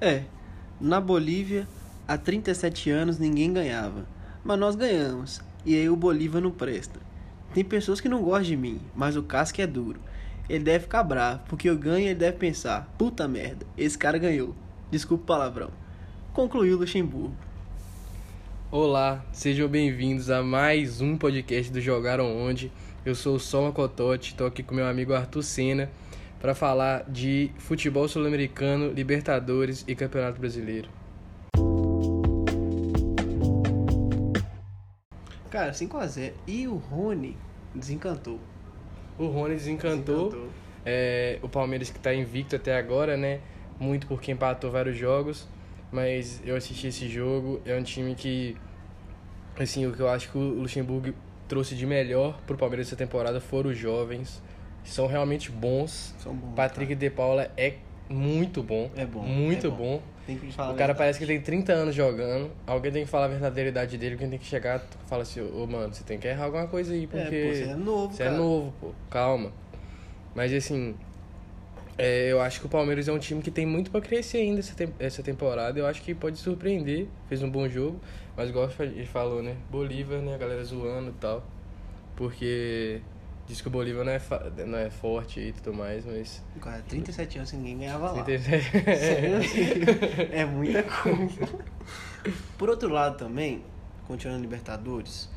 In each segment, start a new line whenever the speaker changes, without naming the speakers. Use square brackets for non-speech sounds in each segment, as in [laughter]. É, na Bolívia, há 37 anos ninguém ganhava, mas nós ganhamos, e aí o Bolívar não presta. Tem pessoas que não gostam de mim, mas o casco é duro. Ele deve ficar bravo, porque eu ganho e ele deve pensar: puta merda, esse cara ganhou. Desculpa o palavrão. Concluiu Luxemburgo.
Olá, sejam bem-vindos a mais um podcast do Jogaram Onde. Eu sou o Soma Cototti, estou aqui com meu amigo Arthur Senna para falar de futebol sul-americano, Libertadores e Campeonato Brasileiro.
Cara, 5x0. E o Rony desencantou.
O Rony desencantou, é, o Palmeiras que está invicto até agora, né? Muito porque empatou vários jogos, mas eu assisti esse jogo, é um time que, assim, o que eu acho que o Luxemburgo trouxe de melhor pro Palmeiras essa temporada foram os jovens, que são realmente bons.
São bons,
Patrick de Paula é muito bom,
É bom,
muito
é
bom.
bom. Tem que falar
O cara
verdade.
parece que tem 30 anos jogando. Alguém tem que falar a verdadeiridade dele, quem tem que chegar e falar assim, ô mano, você tem que errar alguma coisa aí, porque.
É, pô, você é novo,
Você
cara.
é novo, pô, calma. Mas assim, é, eu acho que o Palmeiras é um time que tem muito pra crescer ainda essa, tem- essa temporada. Eu acho que pode surpreender. Fez um bom jogo, mas igual ele falou, né? Bolívar, né? A galera zoando e tal. Porque diz que o Bolívar não é, fa- não é forte e tudo mais, mas.
Cara, 37 anos e ninguém ganhava lá.
Entendeu?
Sério? é muita coisa. Por outro lado também, continuando em Libertadores,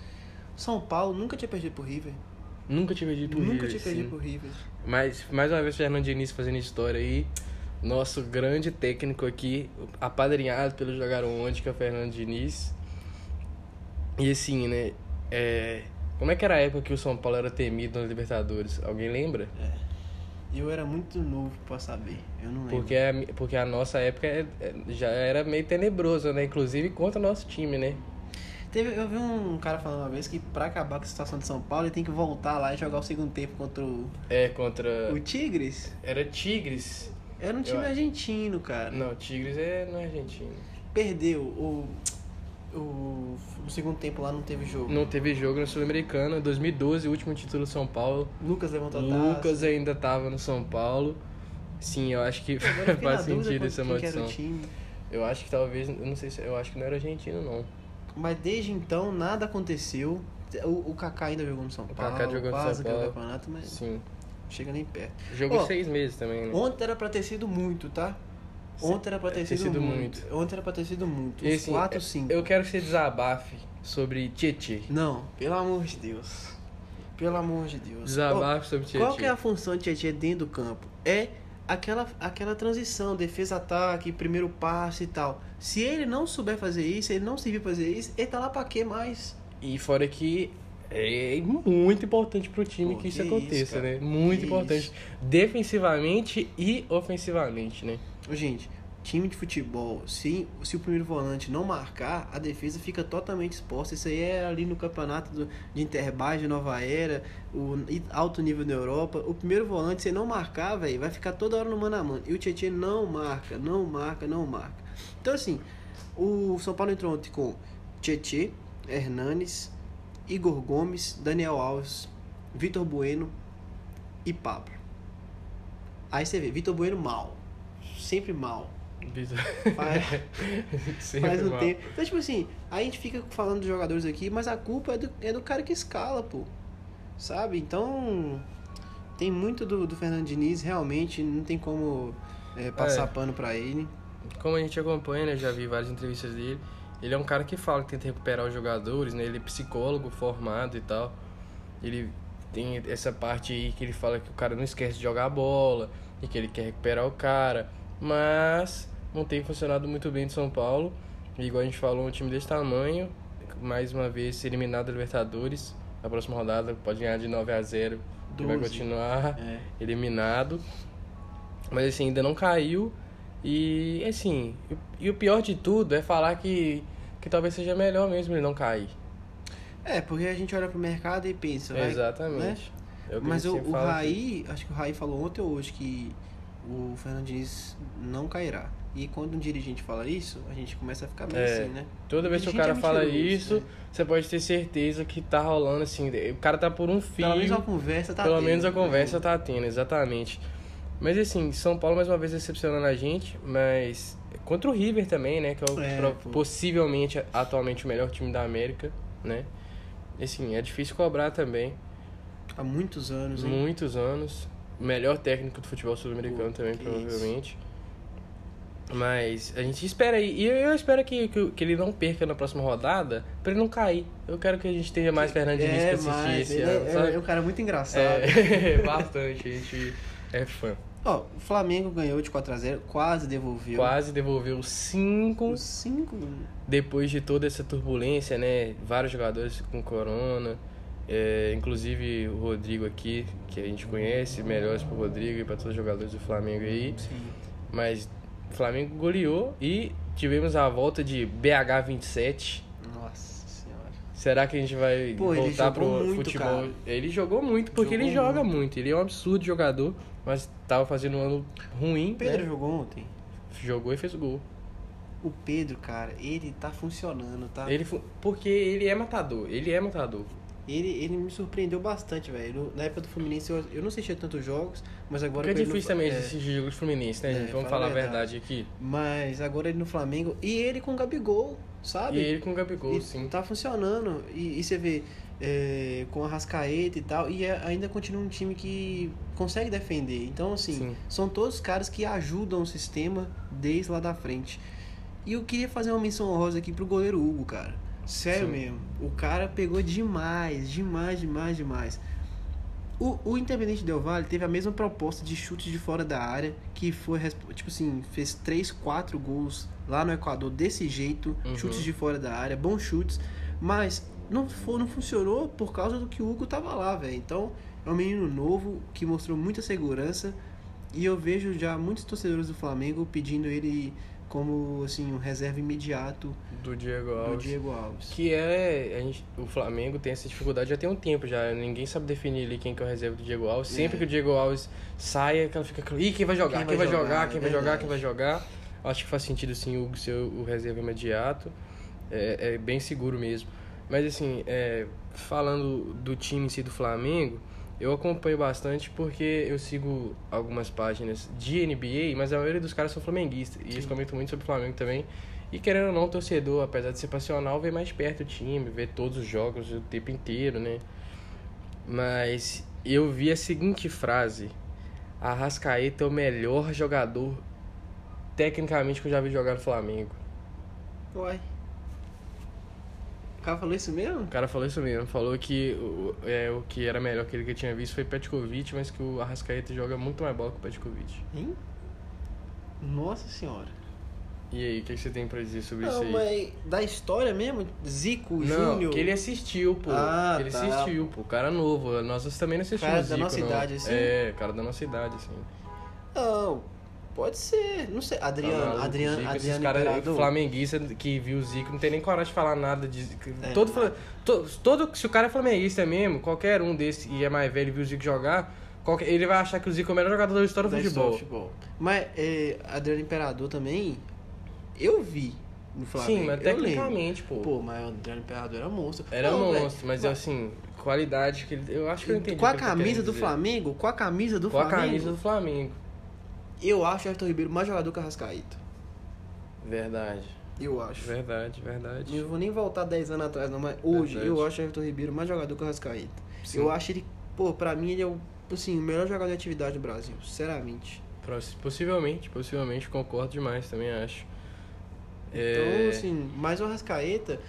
São Paulo nunca tinha perdido pro River.
[laughs] Nunca tive perdido pro
nunca
River,
tinha
sim.
perdido pro River.
Mas, mais uma vez, Fernando Diniz fazendo história aí. Nosso grande técnico aqui, apadrinhado pelo Jogaram Onde, que é o Fernando Diniz. E assim, né? é, Como é que era a época que o São Paulo era temido na Libertadores? Alguém
É,
lembra?
E eu era muito novo pra saber. Eu não lembro.
Porque a, mi- porque a nossa época é- é- já era meio tenebrosa, né? Inclusive contra o nosso time, né?
Teve, eu vi um cara falando uma vez que pra acabar com a situação de São Paulo, ele tem que voltar lá e jogar o segundo tempo contra o,
É, contra.
o Tigres.
Era Tigres.
Era um time
acho.
argentino, cara.
Não, Tigres é... não é argentino.
Perdeu. O, o, no segundo tempo lá não teve jogo.
Não teve jogo no Sul-Americano. 2012, o último título do São Paulo.
Lucas levantou a taça.
Lucas ainda tava no São Paulo. Sim, eu acho que [laughs]
Agora eu fiquei na
faz
dúvida qual-
sentido essa
quem que era o
maldição.
time.
Eu acho que talvez, eu não sei se, eu acho que não era argentino não.
Mas desde então nada aconteceu. O, o Kaká ainda jogou no São
O
Paulo.
Kaká jogou no
quase
São
ganhou
Paulo.
o campeonato, mas
Sim.
não chega nem perto.
Jogo
É. Ó,
seis meses também, né?
Ontem era pra ter sido muito, tá? Ontem era pra ter,
É, ter sido
muito. Ontem era pra ter sido muito. Uns
assim,
4, 5.
Eu quero que você desabafe sobre Tietê.
Não, pelo amor de Deus. Pelo amor de Deus.
Desabafe sobre
Ô,
Tietê.
qual que é a função de Tietchan dentro do campo? É aquela, aquela transição, defesa-ataque, primeiro passe e tal. Se ele não souber fazer isso, ele não servir pra fazer isso, ele tá lá pra quê mais?
E fora que é muito importante pro time
Pô,
que isso
que
aconteça,
isso, cara.
né? Muito
Que
importante. Defensivamente e ofensivamente, né?
Gente, time de futebol, se, se o primeiro volante não marcar, a defesa fica totalmente exposta. Isso aí é ali no campeonato do, de Interbase, Nova Era, o e alto nível na Europa. O primeiro volante, se ele não marcar, velho, vai ficar toda hora no mano a mano. E o Tietchan não marca, não marca, não marca. Então, assim, o São Paulo entrou ontem com Tietchan, Hernanes, Igor Gomes, Daniel Alves, Vitor Bueno e Pablo. Aí você vê, Vitor Bueno mal. Sempre
[laughs]
mal.
Vitor.
Faz,
Sempre
faz um
mal.
tempo. Então, tipo assim, a gente fica falando dos jogadores aqui, mas a culpa é do, é do cara que escala, pô. Sabe? Então, tem muito do, do Fernando Diniz, realmente, não tem como é, passar
É.
pano pra ele.
Como a gente acompanha, né, eu já vi várias entrevistas dele, ele é um cara que fala que tenta recuperar os jogadores, né? Ele é psicólogo formado e tal. Ele tem essa parte aí que ele fala que o cara não esquece de jogar a bola e que ele quer recuperar o cara, mas não tem funcionado muito bem de São Paulo. E igual a gente falou, um time desse tamanho, mais uma vez eliminado da Libertadores. Na próxima rodada pode ganhar de 9 a 0 e vai
12.
continuar
É.
eliminado. Mas assim, ainda não caiu. E assim, e o pior de tudo é falar que, que talvez seja melhor mesmo ele não cair.
É, porque a gente olha pro mercado e pensa, vai, né?
Exatamente. É o que a
Mas
gente
o,
sempre
o
fala aqui.
Raí, acho que o Raí falou ontem ou hoje que o Fernando Diniz não cairá. E quando um dirigente fala isso, a gente começa a ficar meio
É.
assim, né?
Toda vez que o
Dirigente
cara
é
fala
mentiroso,
isso,
né?
você pode ter certeza que tá rolando assim. O cara tá por um fio.
Pelo menos a conversa tá
Pelo
tendo,
menos a
né?
conversa tá tendo, exatamente. Mas assim, São Paulo mais uma vez decepcionando a gente, mas Contra o River também, né? Que é, o,
É,
pro-
pô.
possivelmente, atualmente, o melhor time da América, né? E, assim, é difícil cobrar também.
Há muitos anos, hein?
Muitos anos. O melhor técnico do futebol sul-americano
Pô,
também,
que
provavelmente. Mas a gente espera aí. E eu- eu espero que, que, que ele não perca na próxima rodada pra ele não cair. Eu quero que a gente tenha mais Fernandes Diniz pra
é,
assistir
mas
esse
ele
ano,
é,
sabe?
é um cara muito engraçado.
É, [laughs] bastante. A gente é fã.
Ó, o Flamengo ganhou de 4x0, quase devolveu.
Quase devolveu cinco
Os cinco
depois de toda essa turbulência, né? Vários jogadores com corona, é, inclusive o Rodrigo aqui, que a gente conhece, melhores pro Rodrigo e pra todos os jogadores do Flamengo aí.
Sim.
Mas o Flamengo goleou e tivemos a volta de BH27.
Nossa senhora.
Será que a gente vai
Pô, ele
voltar pro
jogou muito,
futebol?
cara.
Ele jogou muito, porque
Jogou
ele joga muito. Ele é um absurdo jogador, mas tava fazendo um ano ruim.
O Pedro
né?
jogou ontem.
Jogou e fez o gol.
O Pedro, cara, ele tá funcionando, tá?
Ele fu- porque ele é matador, ele é matador.
Ele, ele me surpreendeu bastante, velho. No- Na época do Fluminense eu, eu não assistia tantos jogos, mas agora.
Porque é
com ele no-
difícil também
é,
esses jogos do Fluminense, né,
É,
gente? Vamos
fala
falar
a
a verdade aqui.
É. Mas agora ele no Flamengo. E ele com o Gabigol, sabe?
E ele com o Gabigol,
E
Tipo, sim.
Tá funcionando. E, e você vê é, com a Rascaeta e tal. E é- ainda continua um time que consegue defender. Então, assim,
Sim.
são todos caras que ajudam o sistema desde lá da frente. E eu queria fazer uma menção honrosa aqui pro goleiro Hugo, cara. Sério
Sim.
mesmo. O cara pegou demais, demais, demais, demais. O, o Independente Del Valle teve a mesma proposta de chute de fora da área, que foi, resp- tipo assim, fez 3, 4 gols lá no Equador desse jeito,
Uhum.
chutes de fora da área, bons chutes, mas não, foi, não funcionou por causa do que o Hugo tava lá, velho. Então, é um menino novo que mostrou muita segurança e eu vejo já muitos torcedores do Flamengo pedindo ele como, assim, um reserva imediato
Do Diego
do
Alves.
Diego Alves.
Que é. A gente, o Flamengo tem essa dificuldade já tem um tempo já. Ninguém sabe definir ali quem que é o reserva do Diego Alves. Sempre
É.
que o Diego Alves sai, aquela fica. aquela, Ih, quem vai jogar? Quem, vai, jogar? Quem
é
vai jogar? Quem vai
verdade.
jogar? Acho que faz sentido sim o Hugo ser o o reserva imediato. É, é bem seguro mesmo. Mas assim, é, falando do time em si do Flamengo, eu acompanho bastante porque eu sigo algumas páginas de NBA, mas a maioria dos caras são flamenguistas. E eles comentam muito sobre o Flamengo também. E querendo ou não, o torcedor, apesar de ser passional, vê mais perto o time, vê todos os jogos o tempo inteiro, né? Mas eu vi a seguinte frase: Arrascaeta é o melhor jogador tecnicamente que eu já vi jogar no Flamengo.
Uai. O cara falou isso mesmo?
O cara falou isso mesmo, falou que o, é, o que era melhor que ele que tinha visto foi Petkovic, mas que o Arrascaeta joga muito mais bola que o Petkovic.
Hein? Nossa senhora.
E aí, o que, que você tem pra dizer sobre isso
Não,
aí?
mas da história mesmo? Zico,
Não,
Júnior.
que ele assistiu, pô.
Ah,
ele
tá.
assistiu, pô. Cara novo. Nós também não assistimos
Cara da
Zico,
nossa
não.
idade, assim?
É, cara da nossa idade, assim.
Não, pode ser. Não sei. Adriano,
Tá maluco,
Adriano,
Zico, esses
Adriano
cara
Imperador.
flamenguista que viu o Zico não tem nem coragem de falar nada de que-
É.
todo, fla- to- todo se o cara é flamenguista mesmo, qualquer um desse e é mais velho e viu o Zico jogar, qualquer- ele vai achar que o Zico é o melhor jogador da história do
da
futebol.
história do futebol. Mas é, Adriano Imperador também, eu vi no Flamengo.
Sim, mas
eu lembro.
tecnicamente, pô.
Pô, mas o Adriano Imperador era monstro.
Era um
Não, velho,
monstro, mas assim, qualidade que ele eu acho que eu entendi.
Com
o
a
que ele tá querendo
camisa do
dizer.
Flamengo, com a camisa do
Com a
Flamengo,
camisa do Flamengo.
eu acho o Everton Ribeiro mais jogador que o Arrascaeta.
Verdade.
Eu acho.
Verdade, verdade.
Não vou nem voltar 10 anos atrás, não, mas hoje
Verdade.
eu acho o Everton Ribeiro mais jogador que o Arrascaeta.
Sim.
Eu acho ele, pô, pra mim ele é o, assim, o melhor jogador de atividade do Brasil, sinceramente.
Possi- Possivelmente, possivelmente, concordo demais também, acho. É.
Então, assim, mas o Arrascaeta,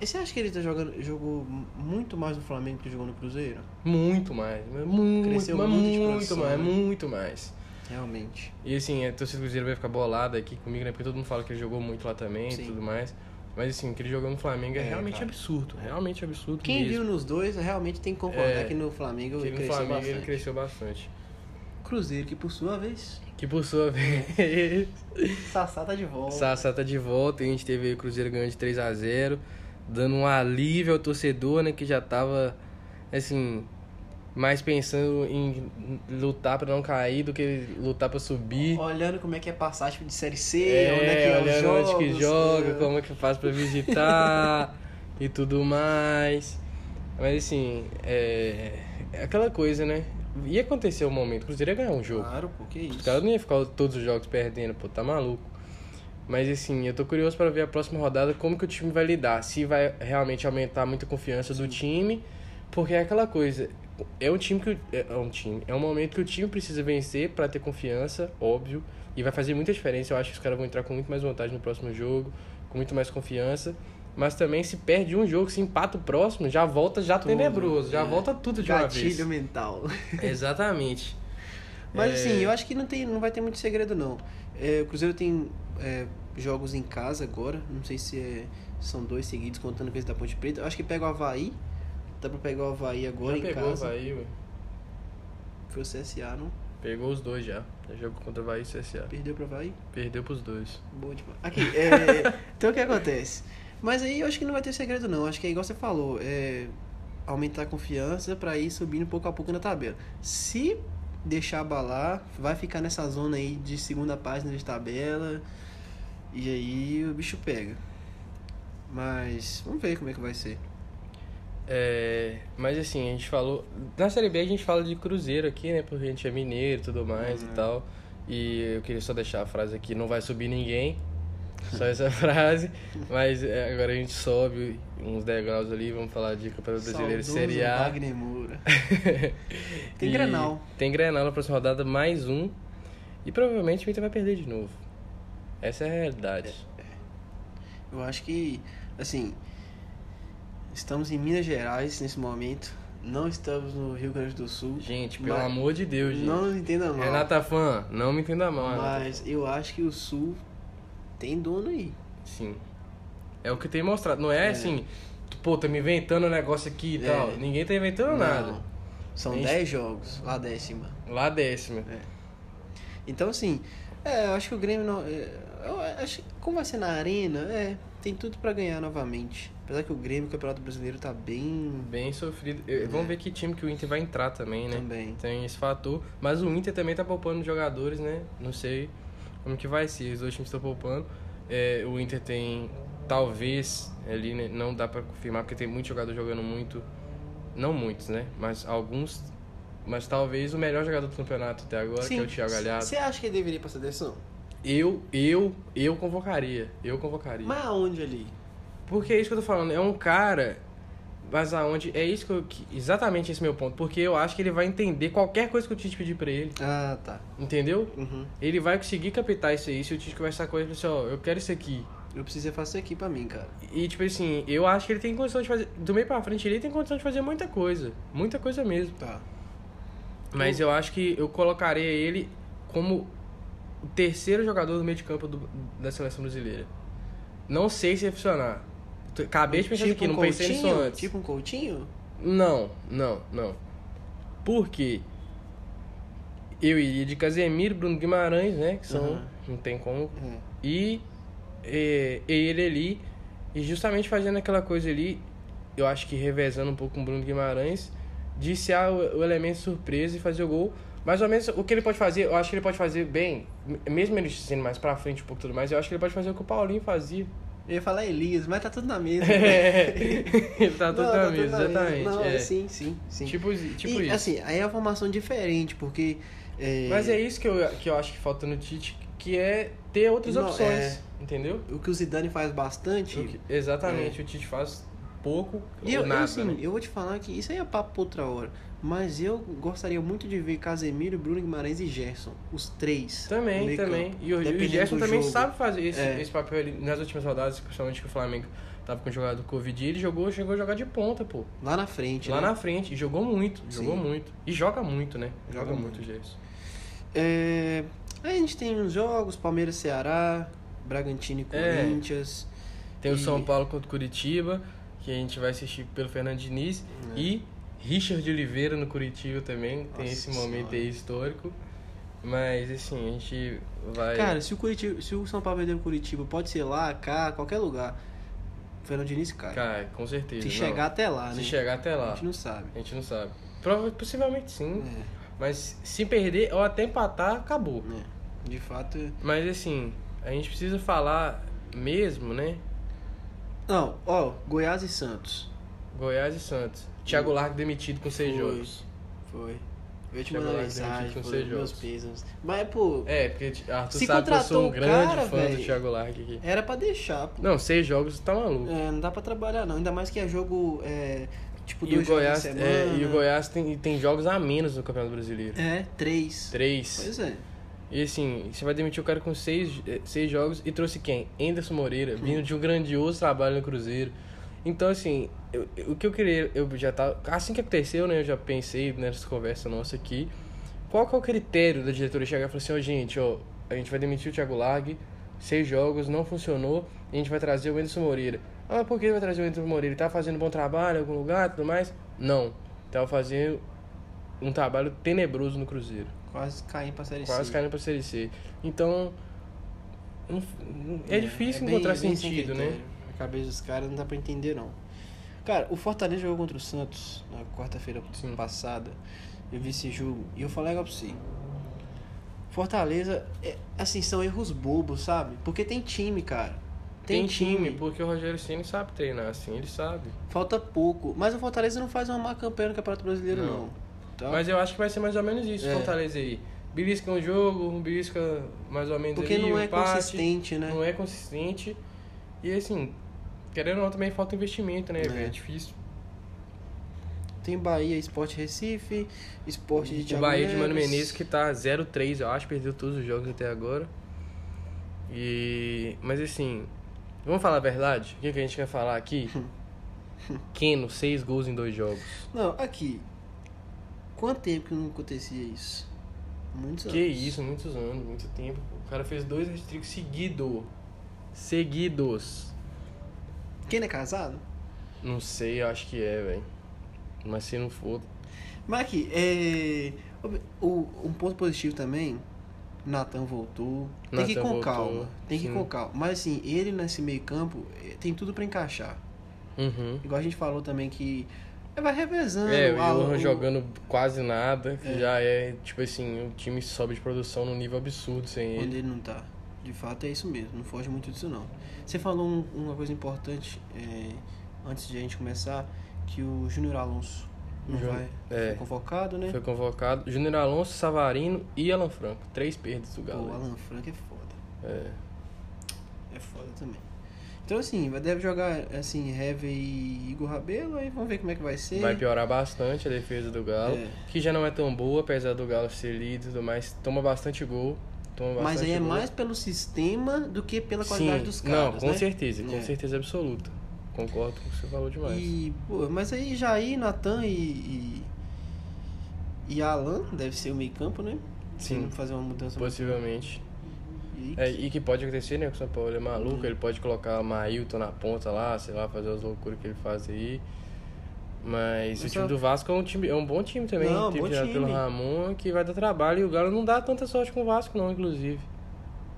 eh, você acha que ele tá jogando, jogou muito mais no Flamengo que jogou no Cruzeiro?
Muito mais, mas muito,
Cresceu
mas
muito de
muito,
produção,
mais,
né?
muito mais.
Realmente.
E assim, a torcida do Cruzeiro vai ficar bolada aqui comigo, né? Porque todo mundo fala que ele jogou muito lá também
Sim.
e tudo mais. Mas assim, o que ele jogou no Flamengo é,
É,
realmente
cara.
absurdo, realmente absurdo
Quem
mesmo.
viu nos dois realmente tem que concordar
É,
que no Flamengo
Que
ele
no
cresceu
Flamengo
bastante.
ele cresceu bastante.
Cruzeiro, que por sua vez,
Que por sua [laughs] vez,
Sassá tá de volta.
Sassá tá de volta e a gente teve o Cruzeiro ganhando de 3 a 0 dando um alívio ao torcedor, né? Que já tava, assim, mais pensando em lutar pra não cair do que lutar pra subir.
Olhando como é que é passagem de Série C,
É,
onde é que é os
olhando
jogos,
onde que joga,
é.
como é que faz
[laughs]
pra visitar e tudo mais. Mas assim, é, é aquela coisa, né? Ia acontecer um momento, o Cruzeiro ia ganhar um jogo.
Claro, pô, que isso.
Os caras não iam ficar todos os jogos perdendo, pô, tá maluco. Mas assim, eu tô curioso para ver a próxima rodada como que o time vai lidar, se vai realmente aumentar muito a confiança do time, porque é aquela coisa, é um time que o- é um time, é um momento que o time precisa vencer para ter confiança, óbvio, e vai fazer muita diferença. Eu acho que os caras vão entrar com muito mais vontade no próximo jogo, com muito mais confiança. Mas também se perde um jogo, se empata o próximo, já volta já
Tudo,
tenebroso, já
é.
volta tudo de
Gatilho
uma
mental. [laughs]
vez. [laughs] Exatamente.
Mas
É.
assim, eu acho que não, tem, não vai ter muito segredo, não. É, o Cruzeiro tem é, jogos em casa agora, não sei se é- são dois seguidos, contando com esse da Ponte Preta. Eu acho que pega o Havaí, dá pra pegar o Havaí agora
Já
em
pegou
casa.
o Havaí, ué.
Foi o CSA, não?
Pegou os dois já. Já Jogo contra o Havaí e CSA.
Perdeu pro Havaí?
Perdeu pros dois.
Boa demais. Aqui, é, então o que acontece? Mas aí eu acho que não vai ter segredo, não. Acho que é igual você falou, é, aumentar a confiança pra ir subindo pouco a pouco na tabela. Se deixar abalar, vai ficar nessa zona aí de segunda página de tabela. E aí o bicho pega. Mas vamos ver como é que vai ser.
É, mas assim, a gente falou. Na Série B a gente fala de Cruzeiro aqui, né? Porque a gente é mineiro e tudo mais
É.
e tal. E eu queria só deixar a frase aqui: não vai subir ninguém. Só essa [laughs] frase. Mas é, agora a gente sobe uns degraus ali. Vamos falar de Campeonato Brasileiro
Saudoso
Série A.
Wagner
[laughs]
Moura. Tem Grenal.
Tem Grenal na próxima rodada, mais um. E provavelmente o Inter vai perder de novo. Essa é a realidade.
Eu acho que, assim, estamos em Minas Gerais nesse momento. Não estamos no Rio Grande do Sul.
Gente, pelo
É. Mas-
amor de Deus, gente. É
Não nos entenda mal.
Renata Fã, não me entenda mal. Renata.
mas eu acho que o Sul tem dono aí.
Sim. É o que tem mostrado. Não é, assim, pô, tá me inventando um negócio aqui e
É.
tal. Ninguém tá inventando nada.
São
Tem-
10 jogos, lá décima.
Lá décima.
Então, assim, é, eu acho que o Grêmio. Não, é, eu acho que como vai ser na Arena, é, tem tudo pra ganhar novamente. Apesar que o Grêmio, o Campeonato Brasileiro, tá bem.
Bem sofrido. Eh, Vamos
É.
ver que time que o Inter vai entrar também, né?
Também.
Tem esse fator. Mas o Inter também tá poupando jogadores, né? Não sei como que vai ser. Os dois times estão poupando. Eh, o Inter tem, talvez, ali, né? Não dá pra confirmar, porque tem muito jogador jogando muito. Não muitos, né? Mas alguns. Mas talvez o melhor jogador do campeonato até agora, que é o Thiago Galhardo.
Você acha que ele deveria ir pra seleção?
Eu, eu, eu convocaria. Eu convocaria.
Mas aonde ali?
Porque é isso que eu tô falando. É um cara. Mas aonde. É isso que eu. que- Exatamente esse meu ponto. Porque eu acho que ele vai entender qualquer coisa que o Tite pedir pra ele.
Ah, tá.
Entendeu?
Uhum.
Ele vai conseguir captar isso aí se o Tite conversar com ele e falar assim: ó, eu quero isso aqui.
Eu preciso fazer aqui pra mim, cara.
E, tipo assim, eu acho que ele tem condição de fazer. Do meio pra frente, ele tem condição de fazer muita coisa. Muita coisa mesmo.
Tá.
Mas eu acho que eu colocaria ele como o terceiro jogador do meio de campo do- da seleção brasileira. Não sei se ia funcionar. T- Acabei de pensar aqui, não pensei nisso
Coutinho?
antes.
Tipo um Coutinho?
Não, não, não. Por quê? Eu iria de Casemiro, Bruno Guimarães, né? Que são.
Uhum.
Não tem como
É.
e é, ele ali, e justamente fazendo aquela coisa ali, eu acho que revezando um pouco com o Bruno Guimarães, de ser a- o elemento surpresa e fazer o gol. Mais ou menos o que ele pode fazer, eu acho que ele pode fazer bem, m- mesmo ele sendo mais pra frente um pouco e tudo mais, eu acho que ele pode fazer o que o Paulinho fazia.
Eu ia falar Elias, mas tá tudo na mesa.
[laughs] ele É, tá
Não,
tudo
tá
na
tudo
mesa,
na mesa.
exatamente.
Não,
é.
sim, sim, sim.
Tipo, tipo
e,
isso.
assim, aí é uma formação diferente, porque... é,
Mas é isso que eu, que eu acho que falta no Tite, que é ter outras
Não, é.
opções, entendeu?
O que o Zidane faz bastante...
O que- exatamente, o Tite faz pouco
É. E
ou
eu,
nada.
eu, assim,
né?
eu vou te falar que isso aí é papo pra outra hora. Mas eu gostaria muito de ver Casemiro, Bruno Guimarães e Gerson. Os três. no
Também,
meio
também.
campo,
E o, e o
dependendo
Gerson
do
também
jogo.
sabe fazer esse,
É.
esse papel ali nas últimas rodadas, principalmente que o Flamengo tava com o jogador do Covid, e ele jogou, chegou a jogar de ponta, pô.
Lá na frente,
Lá
né?
na frente, e jogou muito, jogou
Sim.
muito. E joga muito, né?
Joga muito.
o Gerson.
É, aí a gente tem uns jogos, Palmeiras e Ceará, Bragantino e
É.
Corinthians.
Tem
E-
o São Paulo contra o Curitiba, que a gente vai assistir pelo Fernando Diniz, e Richard de Oliveira no Curitiba também, tem
É. Nossa
esse momento
Senhora.
aí histórico. Mas assim, a gente vai.
Cara, se o, Curitiba, se o São Paulo perder o Curitiba, pode ser lá, cá, qualquer lugar. Fernando Diniz, cara.
cara, com certeza.
se
não.
chegar até lá,
se
né?
chegar até
A
lá.
gente não sabe.
A gente não sabe. Prova- possivelmente sim.
É,
Mas se perder ou até empatar, acabou.
né? De fato. é-
Mas assim, a gente precisa falar mesmo, né?
Não, ó, Goiás e Santos.
Goiás e Santos. Thiago Largo demitido com seis
Foi.
jogos.
Foi. Eu te
Chegou
mandar
lá, deu um
mensagem,
hit com
pô,
seis
meus
jogos.
pesos. Mas, pô,
É, porque Arthur
Se
sabe que eu
contratou
sou um
o
grande
cara,
fã do
velho.
Thiago Largue aqui.
era pra deixar, pô.
Não, seis jogos tá maluco.
É, não dá pra trabalhar, não. Ainda mais que é jogo, é, tipo,
e, o
dois jogos
Goiás,
na
é,
semana.
e o Goiás tem, tem jogos a menos no Campeonato Brasileiro.
É, três.
Três.
Pois é.
E assim, você vai demitir o cara com seis, eh, seis jogos e trouxe quem? Anderson Moreira, vindo de um grandioso trabalho no Cruzeiro. Então, assim, eu- eu- o que eu queria, eu já tava. Assim que aconteceu, né? Eu já pensei nessa conversa nossa aqui. Qual que é o critério da diretoria chegar e falar assim, ó, gente, ó, a gente vai demitir o Thiago Largue, seis jogos, não funcionou, e a gente vai trazer o Anderson Moreira. Ah, por que vai trazer o Anderson Moreira? Ele tá fazendo bom trabalho em algum lugar e tudo mais? Não. Tava fazendo um trabalho tenebroso no Cruzeiro.
Quase caí pra série
Quase
C.
caindo pra Série C. Então. não- não- é, difícil
bem-
encontrar
bem sem
sentido, né?
critério. A cabeça dos caras não dá pra entender, não. Cara, o Fortaleza jogou contra o Santos na quarta-feira
Sim.
passada. Eu vi esse jogo e eu falei legal pra você. Fortaleza, é, assim, são erros bobos, sabe? Porque tem time, cara.
Tem time, porque o Rogério Ceni sabe treinar, assim, ele sabe.
Falta pouco. Mas o Fortaleza não faz uma má campanha no Campeonato Brasileiro,
Não.
não. Tá?
Mas eu acho que vai ser mais ou menos isso,
É.
Fortaleza aí. Belisca um jogo, belisca mais ou menos
Porque
ali,
não
um
é
empate,
consistente, né?
Não é consistente. E assim, querendo ou não, também falta investimento, né?
É.
velho? É difícil.
Tem Bahia, Esporte Recife, Esporte de
o
Thiago
Bahia de Mano
Neves.
Menezes que tá 0-3, eu acho, perdeu todos os jogos até agora. E. Mas assim, vamos falar a verdade? O que, que a gente quer falar
[laughs]
aqui? Keno, 6 gols em dois jogos.
Não, aqui. Quanto tempo que não acontecia isso? Muitos anos.
Que isso, muitos anos, muito tempo. O cara fez dois hat seguido. Seguidos.
Quem não é casado?
Não sei, eu acho que é, velho. Mas se não for.
Mas aqui, é... o- um ponto positivo também, Natan voltou. Tem que ir
Nathan
com
voltou,
calma. Tem que ir
sim.
com calma. Mas assim, ele nesse meio campo eh, tem tudo pra encaixar.
Uhum.
Igual a gente falou também que eh, vai revezando.
É, o
Alan-
Johan jogando quase nada, que
É.
já é, tipo assim, o time sobe de produção num nível absurdo sem ele.
Quando ele não tá. De fato é isso mesmo, não foge muito disso não. Você falou um- uma coisa importante é, antes de a gente começar, que o Júnior Alonso não
Jun-
vai
é.
foi convocado, né?
Foi convocado Júnior Alonso, Savarino e Alan Franco. Três perdas do
Pô,
Galo.
o Alan Franco é foda.
É.
É foda também. Então assim, vai- deve jogar assim, Heavy e Igor Rabelo, aí vamos ver como é que vai ser.
Vai piorar bastante a defesa do Galo,
É.
que já não é tão boa, apesar do Galo ser líder e tudo mais. Toma bastante gol. Toma bastante
Mas aí é
gol.
mais pelo sistema do que pela qualidade
Sim.
dos
Não,
caras.
com
né?
certeza, com
É.
certeza absoluta. Concordo com o que você falou demais.
E, pô, mas aí Jair, Natan e, e. E Alan, deve ser o meio-campo, né? Se
Sim.
não fazer uma mudança.
Possivelmente.
E-
É, e que pode acontecer, né? Que o São Paulo é maluco, ele pode colocar Mailton na ponta lá, sei lá, fazer as loucuras que ele faz aí. Mas o
Mas
time
só-
do Vasco é um, time, é um bom time também,
Não,
time
bom
treinado pelo
time.
Ramon, que vai dar trabalho e o Galo não dá tanta sorte com o Vasco, não, inclusive.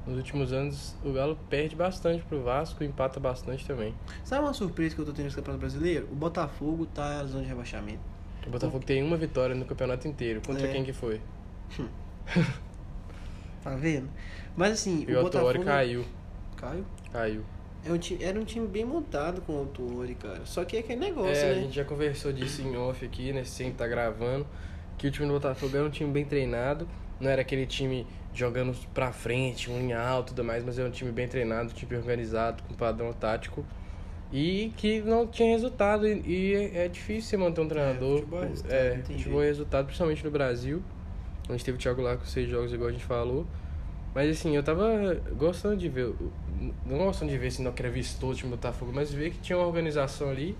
Nos últimos anos o Galo perde bastante pro Vasco, empata bastante também.
Sabe uma surpresa que eu tô tendo nesse Campeonato Brasileiro? O Botafogo tá na zona de rebaixamento.
O Botafogo tem uma vitória no campeonato inteiro. Contra
É.
quem que foi?
Tá vendo? Mas assim,
E o
o Botafogo.
Autori caiu.
Caiu?
Caiu.
É um time, era um time bem montado com o Autori, cara. Só que é aquele negócio,
É, a
né?
gente já conversou disso em off aqui, né? Sem tá gravando. Que o time do Botafogo era um time bem treinado. Não era aquele time jogando pra frente, um em alto e tudo mais, mas era um time bem treinado, um time organizado, com padrão tático. E que não tinha resultado. E, e é, é difícil você manter um treinador.
futebol é resultado,
é,
não tem
futebol é
jeito.
resultado, principalmente no Brasil. A gente teve o Thiago lá com seis jogos, igual a gente falou. Mas assim, eu tava gostando de ver. Não gostando de ver se não que o time do Botafogo, mas ver que tinha uma organização ali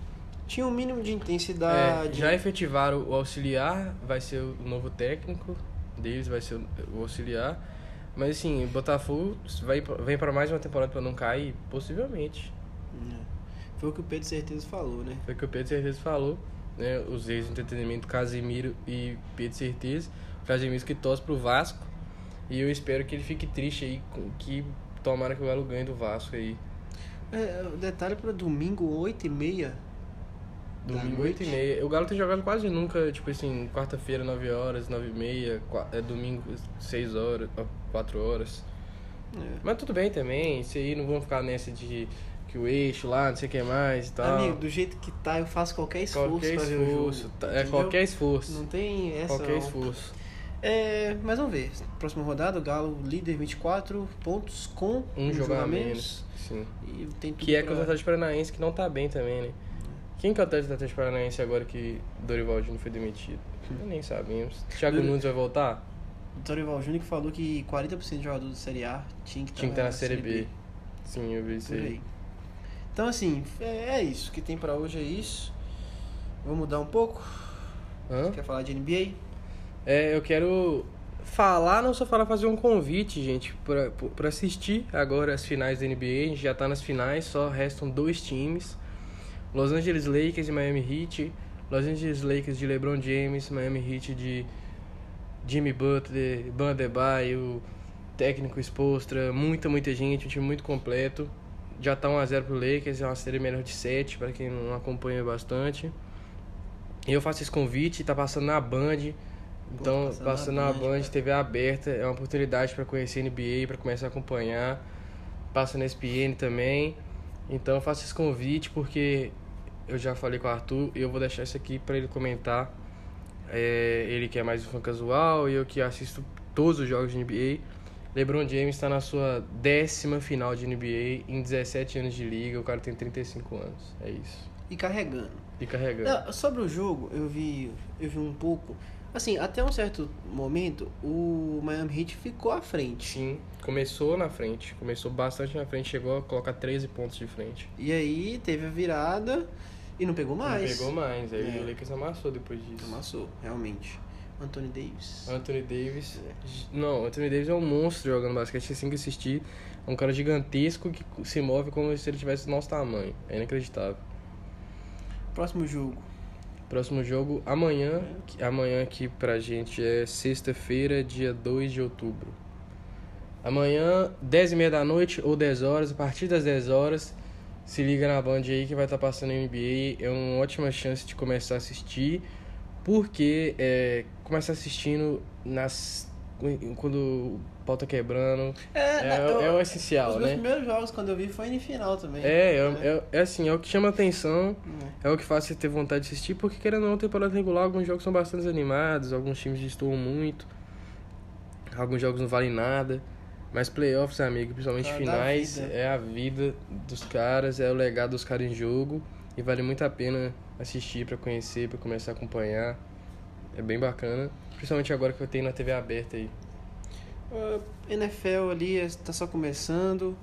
Tinha um mínimo de
é,
intensidade.
já efetivaram o auxiliar, vai ser o novo técnico deles, vai ser o auxiliar. Mas assim, o Botafogo vai, vem para mais uma temporada para não cair? Possivelmente.
É. Foi o que o Pedro Certeza falou, né?
Foi o que o Pedro Certeza falou, né? Os ex entretenimento Casimiro e Pedro Certeza. O Casimiro que torce pro Vasco. E eu espero que ele fique triste aí, com- que tomara que o Galo ganhe do Vasco aí.
É, o detalhe para domingo, 8h30.
Domingo,
Da
8 e meia. O Galo tem jogado quase nunca, tipo assim, quarta-feira, 9 horas, 9 e meia, qua- é, domingo, 6 horas, ó, 4 horas.
É.
Mas tudo bem também, isso aí não vão ficar nessa de que o eixo lá, não sei o que mais e tal.
Amigo, do jeito que tá, eu faço qualquer esforço
qualquer
pra ver o
esforço,
jogo.
tá- é
entendeu?
qualquer esforço.
Não tem essa.
Qualquer
não.
esforço.
É, mas vamos ver. Próxima rodada, o Galo líder 24 pontos com
Um, jogo a menos. Sim.
E tem tudo
Que é
pra-
contra o Atlético Paranaense, que não tá bem também, né? Quem que é o técnico do Atlético Paranaense agora que Dorival Júnior foi demitido? Nem sabemos. Thiago
Hum. Dori-
Nunes vai voltar?
O Dorival Júnior que falou que 40% de jogadores da Série A tinha que tá estar
Tinha que estar na Série B. Sim, eu vi isso
Por
aí.
aí. Então, assim, é, é isso. O que tem pra hoje é isso. Vamos mudar um pouco.
Hã?
Quer falar de NBA?
É, eu quero falar, não só falar, fazer um convite, gente, pra, pra assistir agora as finais da NBA. A gente já tá nas finais, só restam dois times. Los Angeles Lakers e Miami Heat. Los Angeles Lakers de LeBron James, Miami Heat de Jimmy Butler, Bam Adebayo, técnico Spolstra, muita, muita gente, um time muito completo. Já tá 1x0 pro Lakers, é uma série melhor de 7, para quem não acompanha bastante. E eu faço esse convite, tá passando na Band. Então,
passando
passando,
na
na
Band,
Band,
cara.
TV aberta, é uma oportunidade para conhecer NBA, para começar a acompanhar. Passa na ESPN também. Então, eu faço esse convite porque eu já falei com o Arthur e eu vou deixar isso aqui para ele comentar. É, ele que é mais um fã casual e eu que assisto todos os jogos de NBA. LeBron James está na sua décima final de NBA em 17 anos de liga. O cara tem 35 anos. É isso.
E carregando.
E carregando.
Não, sobre o jogo, eu vi, eu vi um pouco. Assim, até um certo momento, o Miami Heat ficou à frente.
Sim, começou na frente. Começou bastante na frente. Chegou a colocar 13 pontos de frente.
E aí teve a virada e não pegou mais.
Não pegou mais. Aí
É.
o Lakers amassou depois disso.
Amassou, realmente. Anthony Davis.
Anthony Davis.
É.
Não, Anthony Davis é um monstro jogando basquete, assim que assistir. É um cara gigantesco que se move como se ele tivesse do nosso tamanho. É inacreditável.
Próximo jogo.
Próximo jogo amanhã. que- Amanhã aqui pra gente é sexta-feira, dia 2 de outubro. Amanhã, 10 e meia da noite ou 10 horas, a partir das 10 horas, se liga na Band aí que vai estar passando NBA. É uma ótima chance de começar a assistir, porque é, começa assistindo nas quando o pau tá quebrando. É,
na- eu-
é o
Os
essencial,
meus
né?
primeiros jogos quando eu vi foi em final também.
É,
né?
é, é, é assim, é o que chama atenção.
É.
É o que faz você ter vontade de assistir, porque querendo ou não, temporada regular, alguns jogos são bastante animados, alguns times destoam muito, alguns jogos não valem nada. Mas playoffs, amigo, principalmente
Tá, da
finais,
vida.
é a vida dos caras, é o legado dos caras em jogo. E vale muito a pena assistir pra conhecer, pra começar a acompanhar. É bem bacana. Principalmente agora que eu tenho na TV aberta aí.
Ah, NFL ali está só começando.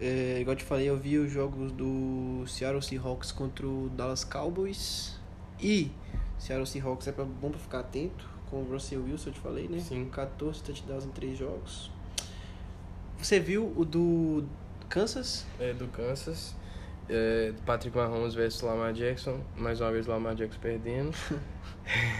É, igual eu te falei, eu vi os jogos do Seattle Seahawks contra o Dallas Cowboys. E Seattle Seahawks é pra, bom pra ficar atento. Com o Russell Wilson, eu te falei, né?
Sim.
14 touchdowns em 3 jogos. Você viu o do Kansas?
É do Kansas. É, do Patrick Mahomes versus Lamar Jackson. Mais uma vez Lamar Jackson perdendo.
[laughs]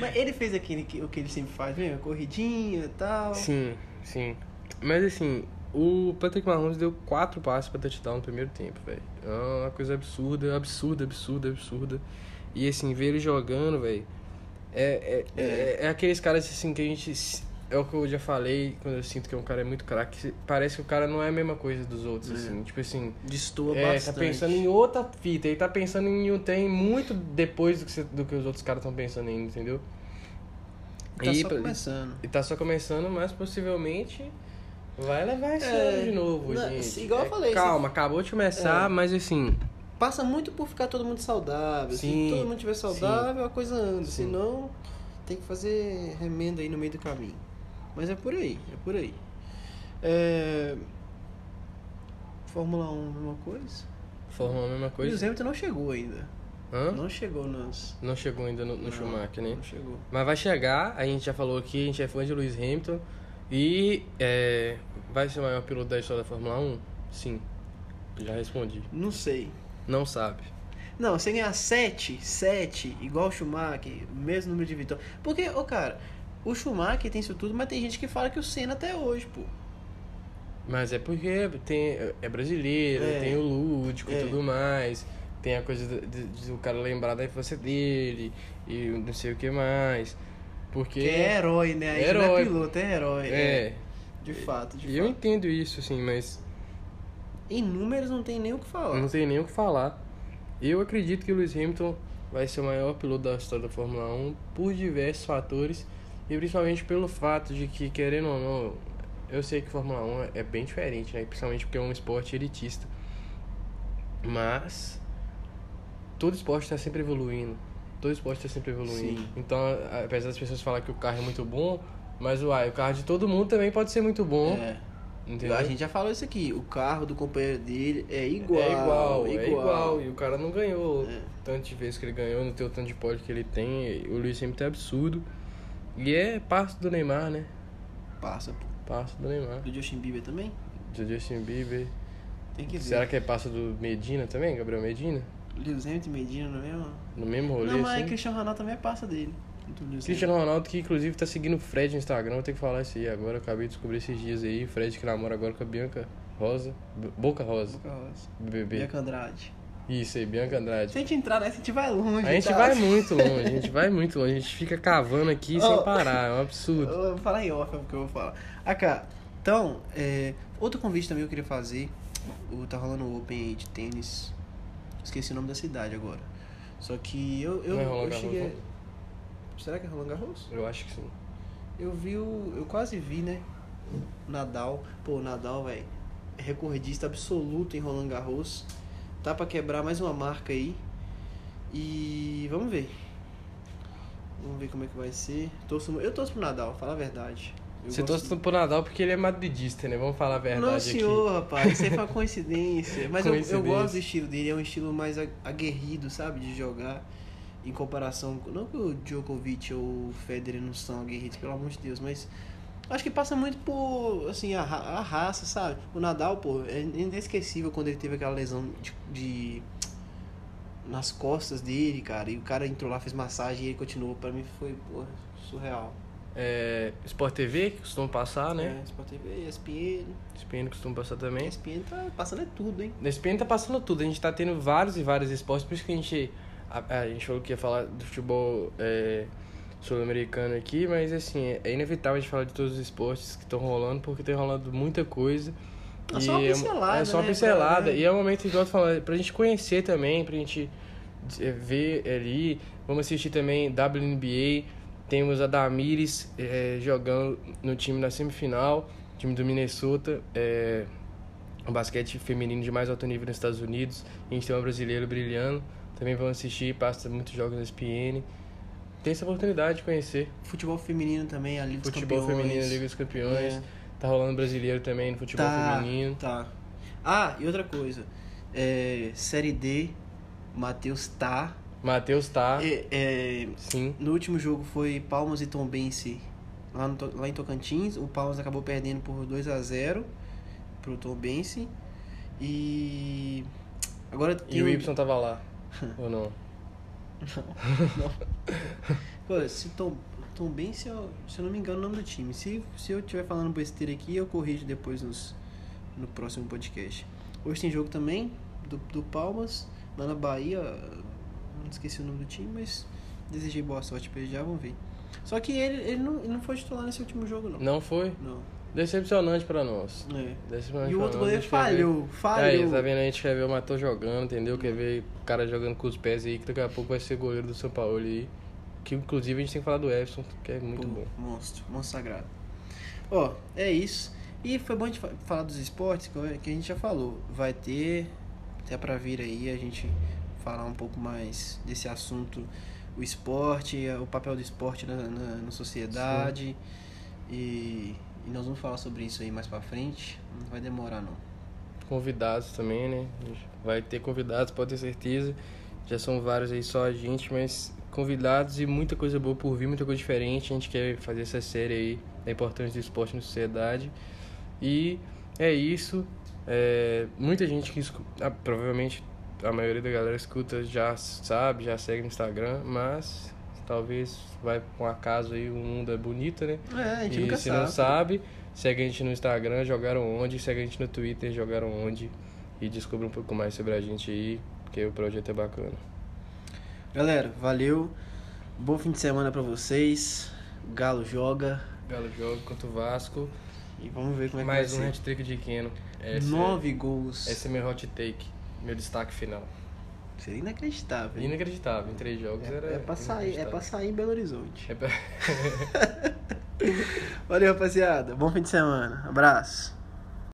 Mas ele fez aquele que, o que ele sempre faz, né? Corridinha e tal.
Sim, sim. Mas assim, o Patrick Mahomes deu quatro passes pra touchdown no primeiro tempo, velho. É uma coisa absurda, absurda, absurda, absurda. E assim, ver ele jogando, velho. É, é, é. é aqueles caras assim que a gente. s- É o que eu já falei quando eu sinto que um cara é muito craque. Parece que o cara não é a mesma coisa dos outros,
É.
assim. Tipo assim.
Destoa
É,
bastante.
tá pensando em outra fita. Ele tá pensando em um tem muito depois do que, você- do que os outros caras estão pensando ainda, entendeu?
Tá
E
só
pra-
começando.
e tá só começando, mas possivelmente vai levar esse
É,
ano de novo,
não,
gente. É,
se- igual eu falei,
Calma, acabou de começar,
É.
mas assim,
passa muito por ficar todo mundo saudável. Se
Sim,
todo mundo tiver saudável, a coisa anda.
Sim.
Senão, tem que fazer remenda aí no meio do caminho. Mas é por aí, é por aí. É... Fórmula 1, mesma coisa.
formou a mesma
O Lewis
coisa.
Hamilton não chegou ainda.
é. Hã?
Não chegou nas...
Não chegou ainda no, no
Não,
Schumacher, né?
Não chegou.
Mas vai chegar, a gente já falou aqui, a gente é fã de Lewis Hamilton. E é, vai ser o maior piloto da história da Fórmula 1? Sim. Já respondi.
Não sei.
Não sabe.
Não, você ganhar 7, 7, igual o Schumacher, mesmo número de vitórias. Porque, ô cara, o Schumacher tem isso tudo, mas tem gente que fala que o Senna até hoje, pô.
Mas é porque tem, é brasileiro,
É.
tem o lúdico
É.
e tudo mais. Tem a coisa do, do- do cara lembrar da infância dele e não sei o que mais. Porque.
Que é herói, né? Aí não é
Herói.
piloto, é herói.
É.
De fato, de
E eu
fato.
entendo isso, assim, mas
Em números não tem nem o que falar.
não tem nem o que falar. Eu acredito que o Lewis Hamilton vai ser o maior piloto da história da Fórmula 1 por diversos um fatores. E principalmente pelo fato de que, querendo ou não, eu sei que Fórmula 1 é bem diferente, né? Principalmente porque é um esporte elitista. Mas todo esporte está sempre evoluindo. Todo esporte está sempre evoluindo.
Sim.
Então, a- apesar das pessoas falarem que o carro é muito bom, mas uai, o carro de todo mundo também pode ser muito bom.
É.
Entendeu?
A gente já falou isso aqui. O carro do companheiro dele é igual. É.
é igual, é igual. E o cara não ganhou o tanto de vezes que ele ganhou, não tem o tanto de pódio que ele tem. O Luiz sempre é absurdo. E é parte do Neymar, né?
Passa. pô.
Parte do Neymar.
Do Justin Bieber também?
Do Justin Bieber.
Tem que ver.
Será que é passa do Medina também, Gabriel Medina?
Lewis Hamilton e Medina, não é mesmo?
No mesmo rolê,
Não, mas
assim?
Cristiano Ronaldo também é passa dele. Do Lewis
Cristiano Ronaldo, que inclusive tá seguindo o Fred no Instagram, vou ter que falar isso aí agora. Eu acabei de descobrir esses dias aí. Fred que namora agora com a Bianca Rosa. B- Boca Rosa.
Hamilton. Boca Rosa.
BBB.
Bianca Andrade.
Isso aí, Bianca
Se
Andrade.
a gente entrar nessa, a gente vai longe.
A gente
tá?
vai muito longe, a gente vai muito longe. A gente fica cavando aqui
[laughs]
sem
Ó.
parar, é um absurdo.
Eu vou falar em off, é o que eu vou falar. Ah, cara, então, é, outro convite também que eu queria fazer. O, tá rolando o Open aí de tênis. Esqueci o nome da cidade agora. Só que eu, eu,
Não é Roland
eu
Garros,
cheguei. Será que é Roland Garros?
Eu acho que sim.
Eu vi o. Eu quase vi, né? O Nadal. Pô, o Nadal, velho. é Recordista absoluto em Roland Garros. Tá pra quebrar mais uma marca aí. E vamos ver. Vamos ver como é que vai ser. Torço, mu- eu torço pro Nadal, fala a verdade. Eu
Você
gosto
torce
do-
pro Nadal porque ele é madridista, né? Vamos falar a verdade
Não,
aqui.
senhor, rapaz. Isso aí foi uma coincidência. Mas eu- Eu,
Coincidência.
gosto do estilo dele. É um estilo mais a- aguerrido, sabe? De jogar. Em comparação com... Não que o Djokovic ou o Federer não são aguerridos, pelo amor de Deus. Mas acho que passa muito por, assim, a, ra- a raça, sabe? O Nadal, pô, é inesquecível quando ele teve aquela lesão de... de- nas costas dele, cara. E o cara entrou lá, fez massagem e ele continuou. Pra mim foi, pô, surreal.
É, Sport TV, que costuma passar, né?
É, Sport TV, ESPN...
ESPN costuma passar
A
também.
ESPN tá passando é tudo, hein?
Na ESPN tá passando tudo, a gente tá tendo vários e vários esportes, por isso que a gente. A, a gente falou que ia falar do futebol é, sul-americano aqui, mas assim, é inevitável a gente falar de todos os esportes que estão rolando, porque tem rolando muita coisa.
É só uma
E um-
pincelada,
É só uma
né,
pincelada.
pra-
E é um momento, igual tu falou, pra gente conhecer também, pra gente é, ver ali. Vamos assistir também WNBA. Temos a Damires é, jogando no time na semifinal, time do Minnesota. É, o basquete feminino de mais alto nível nos Estados Unidos. A gente tem uma brasileira brilhando. Também vão assistir, passa muitos jogos na SPN. Tem essa oportunidade de conhecer
Futebol feminino também, a Liga
futebol
dos Campeões.
feminino, Liga dos Campeões.
É.
Tá rolando brasileiro também no futebol
tá,
feminino.
Tá. Ah, e outra coisa. É, série D, Matheus tá.
Matheus tá,
É, é,
sim.
no último jogo foi Palmas e Tombense lá, no To- lá em Tocantins. O Palmas acabou perdendo por 2 a 0 pro Tombense. E. Agora tem. um
E o Y tava
[laughs]
lá. Ou não?
Pô, se Tom, Tombense, eu- se eu não me engano, é o nome do time. Se, se eu estiver falando besteira aqui, eu corrijo depois nos, no próximo podcast. Hoje tem jogo também do, do Palmas, lá na Bahia. Não esqueci o nome do time, mas desejei boa sorte pra ele já, vamos ver. Só que ele, ele, não, ele não foi titular nesse último jogo, não.
Não foi?
Não.
Decepcionante pra nós.
É.
Decepcionante
E o
pra
outro
nós. A
goleiro
gente quer ver-
falhou, falhou.
Aí, tá vendo? A gente quer ver o Matheus jogando, entendeu? Quer ver o cara jogando com os pés aí, que daqui a pouco vai ser goleiro do São Paulo aí. Que inclusive a gente tem que falar do Everson, que é muito
Pô,
bom.
Monstro, monstro sagrado. Ó, é isso. E foi bom a gente fa- falar dos esportes que eu- que a gente já falou. Vai ter até pra vir aí a gente falar um pouco mais desse assunto, o esporte, o papel do esporte na, na, na sociedade. E, e nós vamos falar sobre isso aí mais pra frente. Não vai demorar não.
Convidados também, né? A gente Vai ter convidados, pode ter certeza. Já são vários aí, só a gente, mas convidados e muita coisa boa por vir, muita coisa diferente. A gente quer fazer essa série aí da importância do esporte na sociedade. E é isso. É, muita gente que escuta, provavelmente a maioria da galera escuta já sabe, já segue no Instagram, mas talvez vai com um acaso aí, o mundo é bonito, né?
É, a gente
E
nunca
se
sabe.
não sabe, segue a gente no Instagram, jogaram onde, segue a gente no Twitter, jogaram onde. E descubra um pouco mais sobre a gente aí, porque o projeto é bacana.
Galera, valeu. Bom fim de semana pra vocês. Galo joga.
Galo jogo contra o Vasco.
E vamos ver como é
mais
que
um
vai
hat-trick de Keno.
ser.
Esse, é
Nove gols.
esse é meu hot take, meu destaque final.
Seria inacreditável. hein?
Inacreditável, em três jogos era.
É, é, pra sair, é pra
inacreditável.
sair em Belo Horizonte.
É pra-
Valeu, rapaziada. Bom fim de semana. Abraço.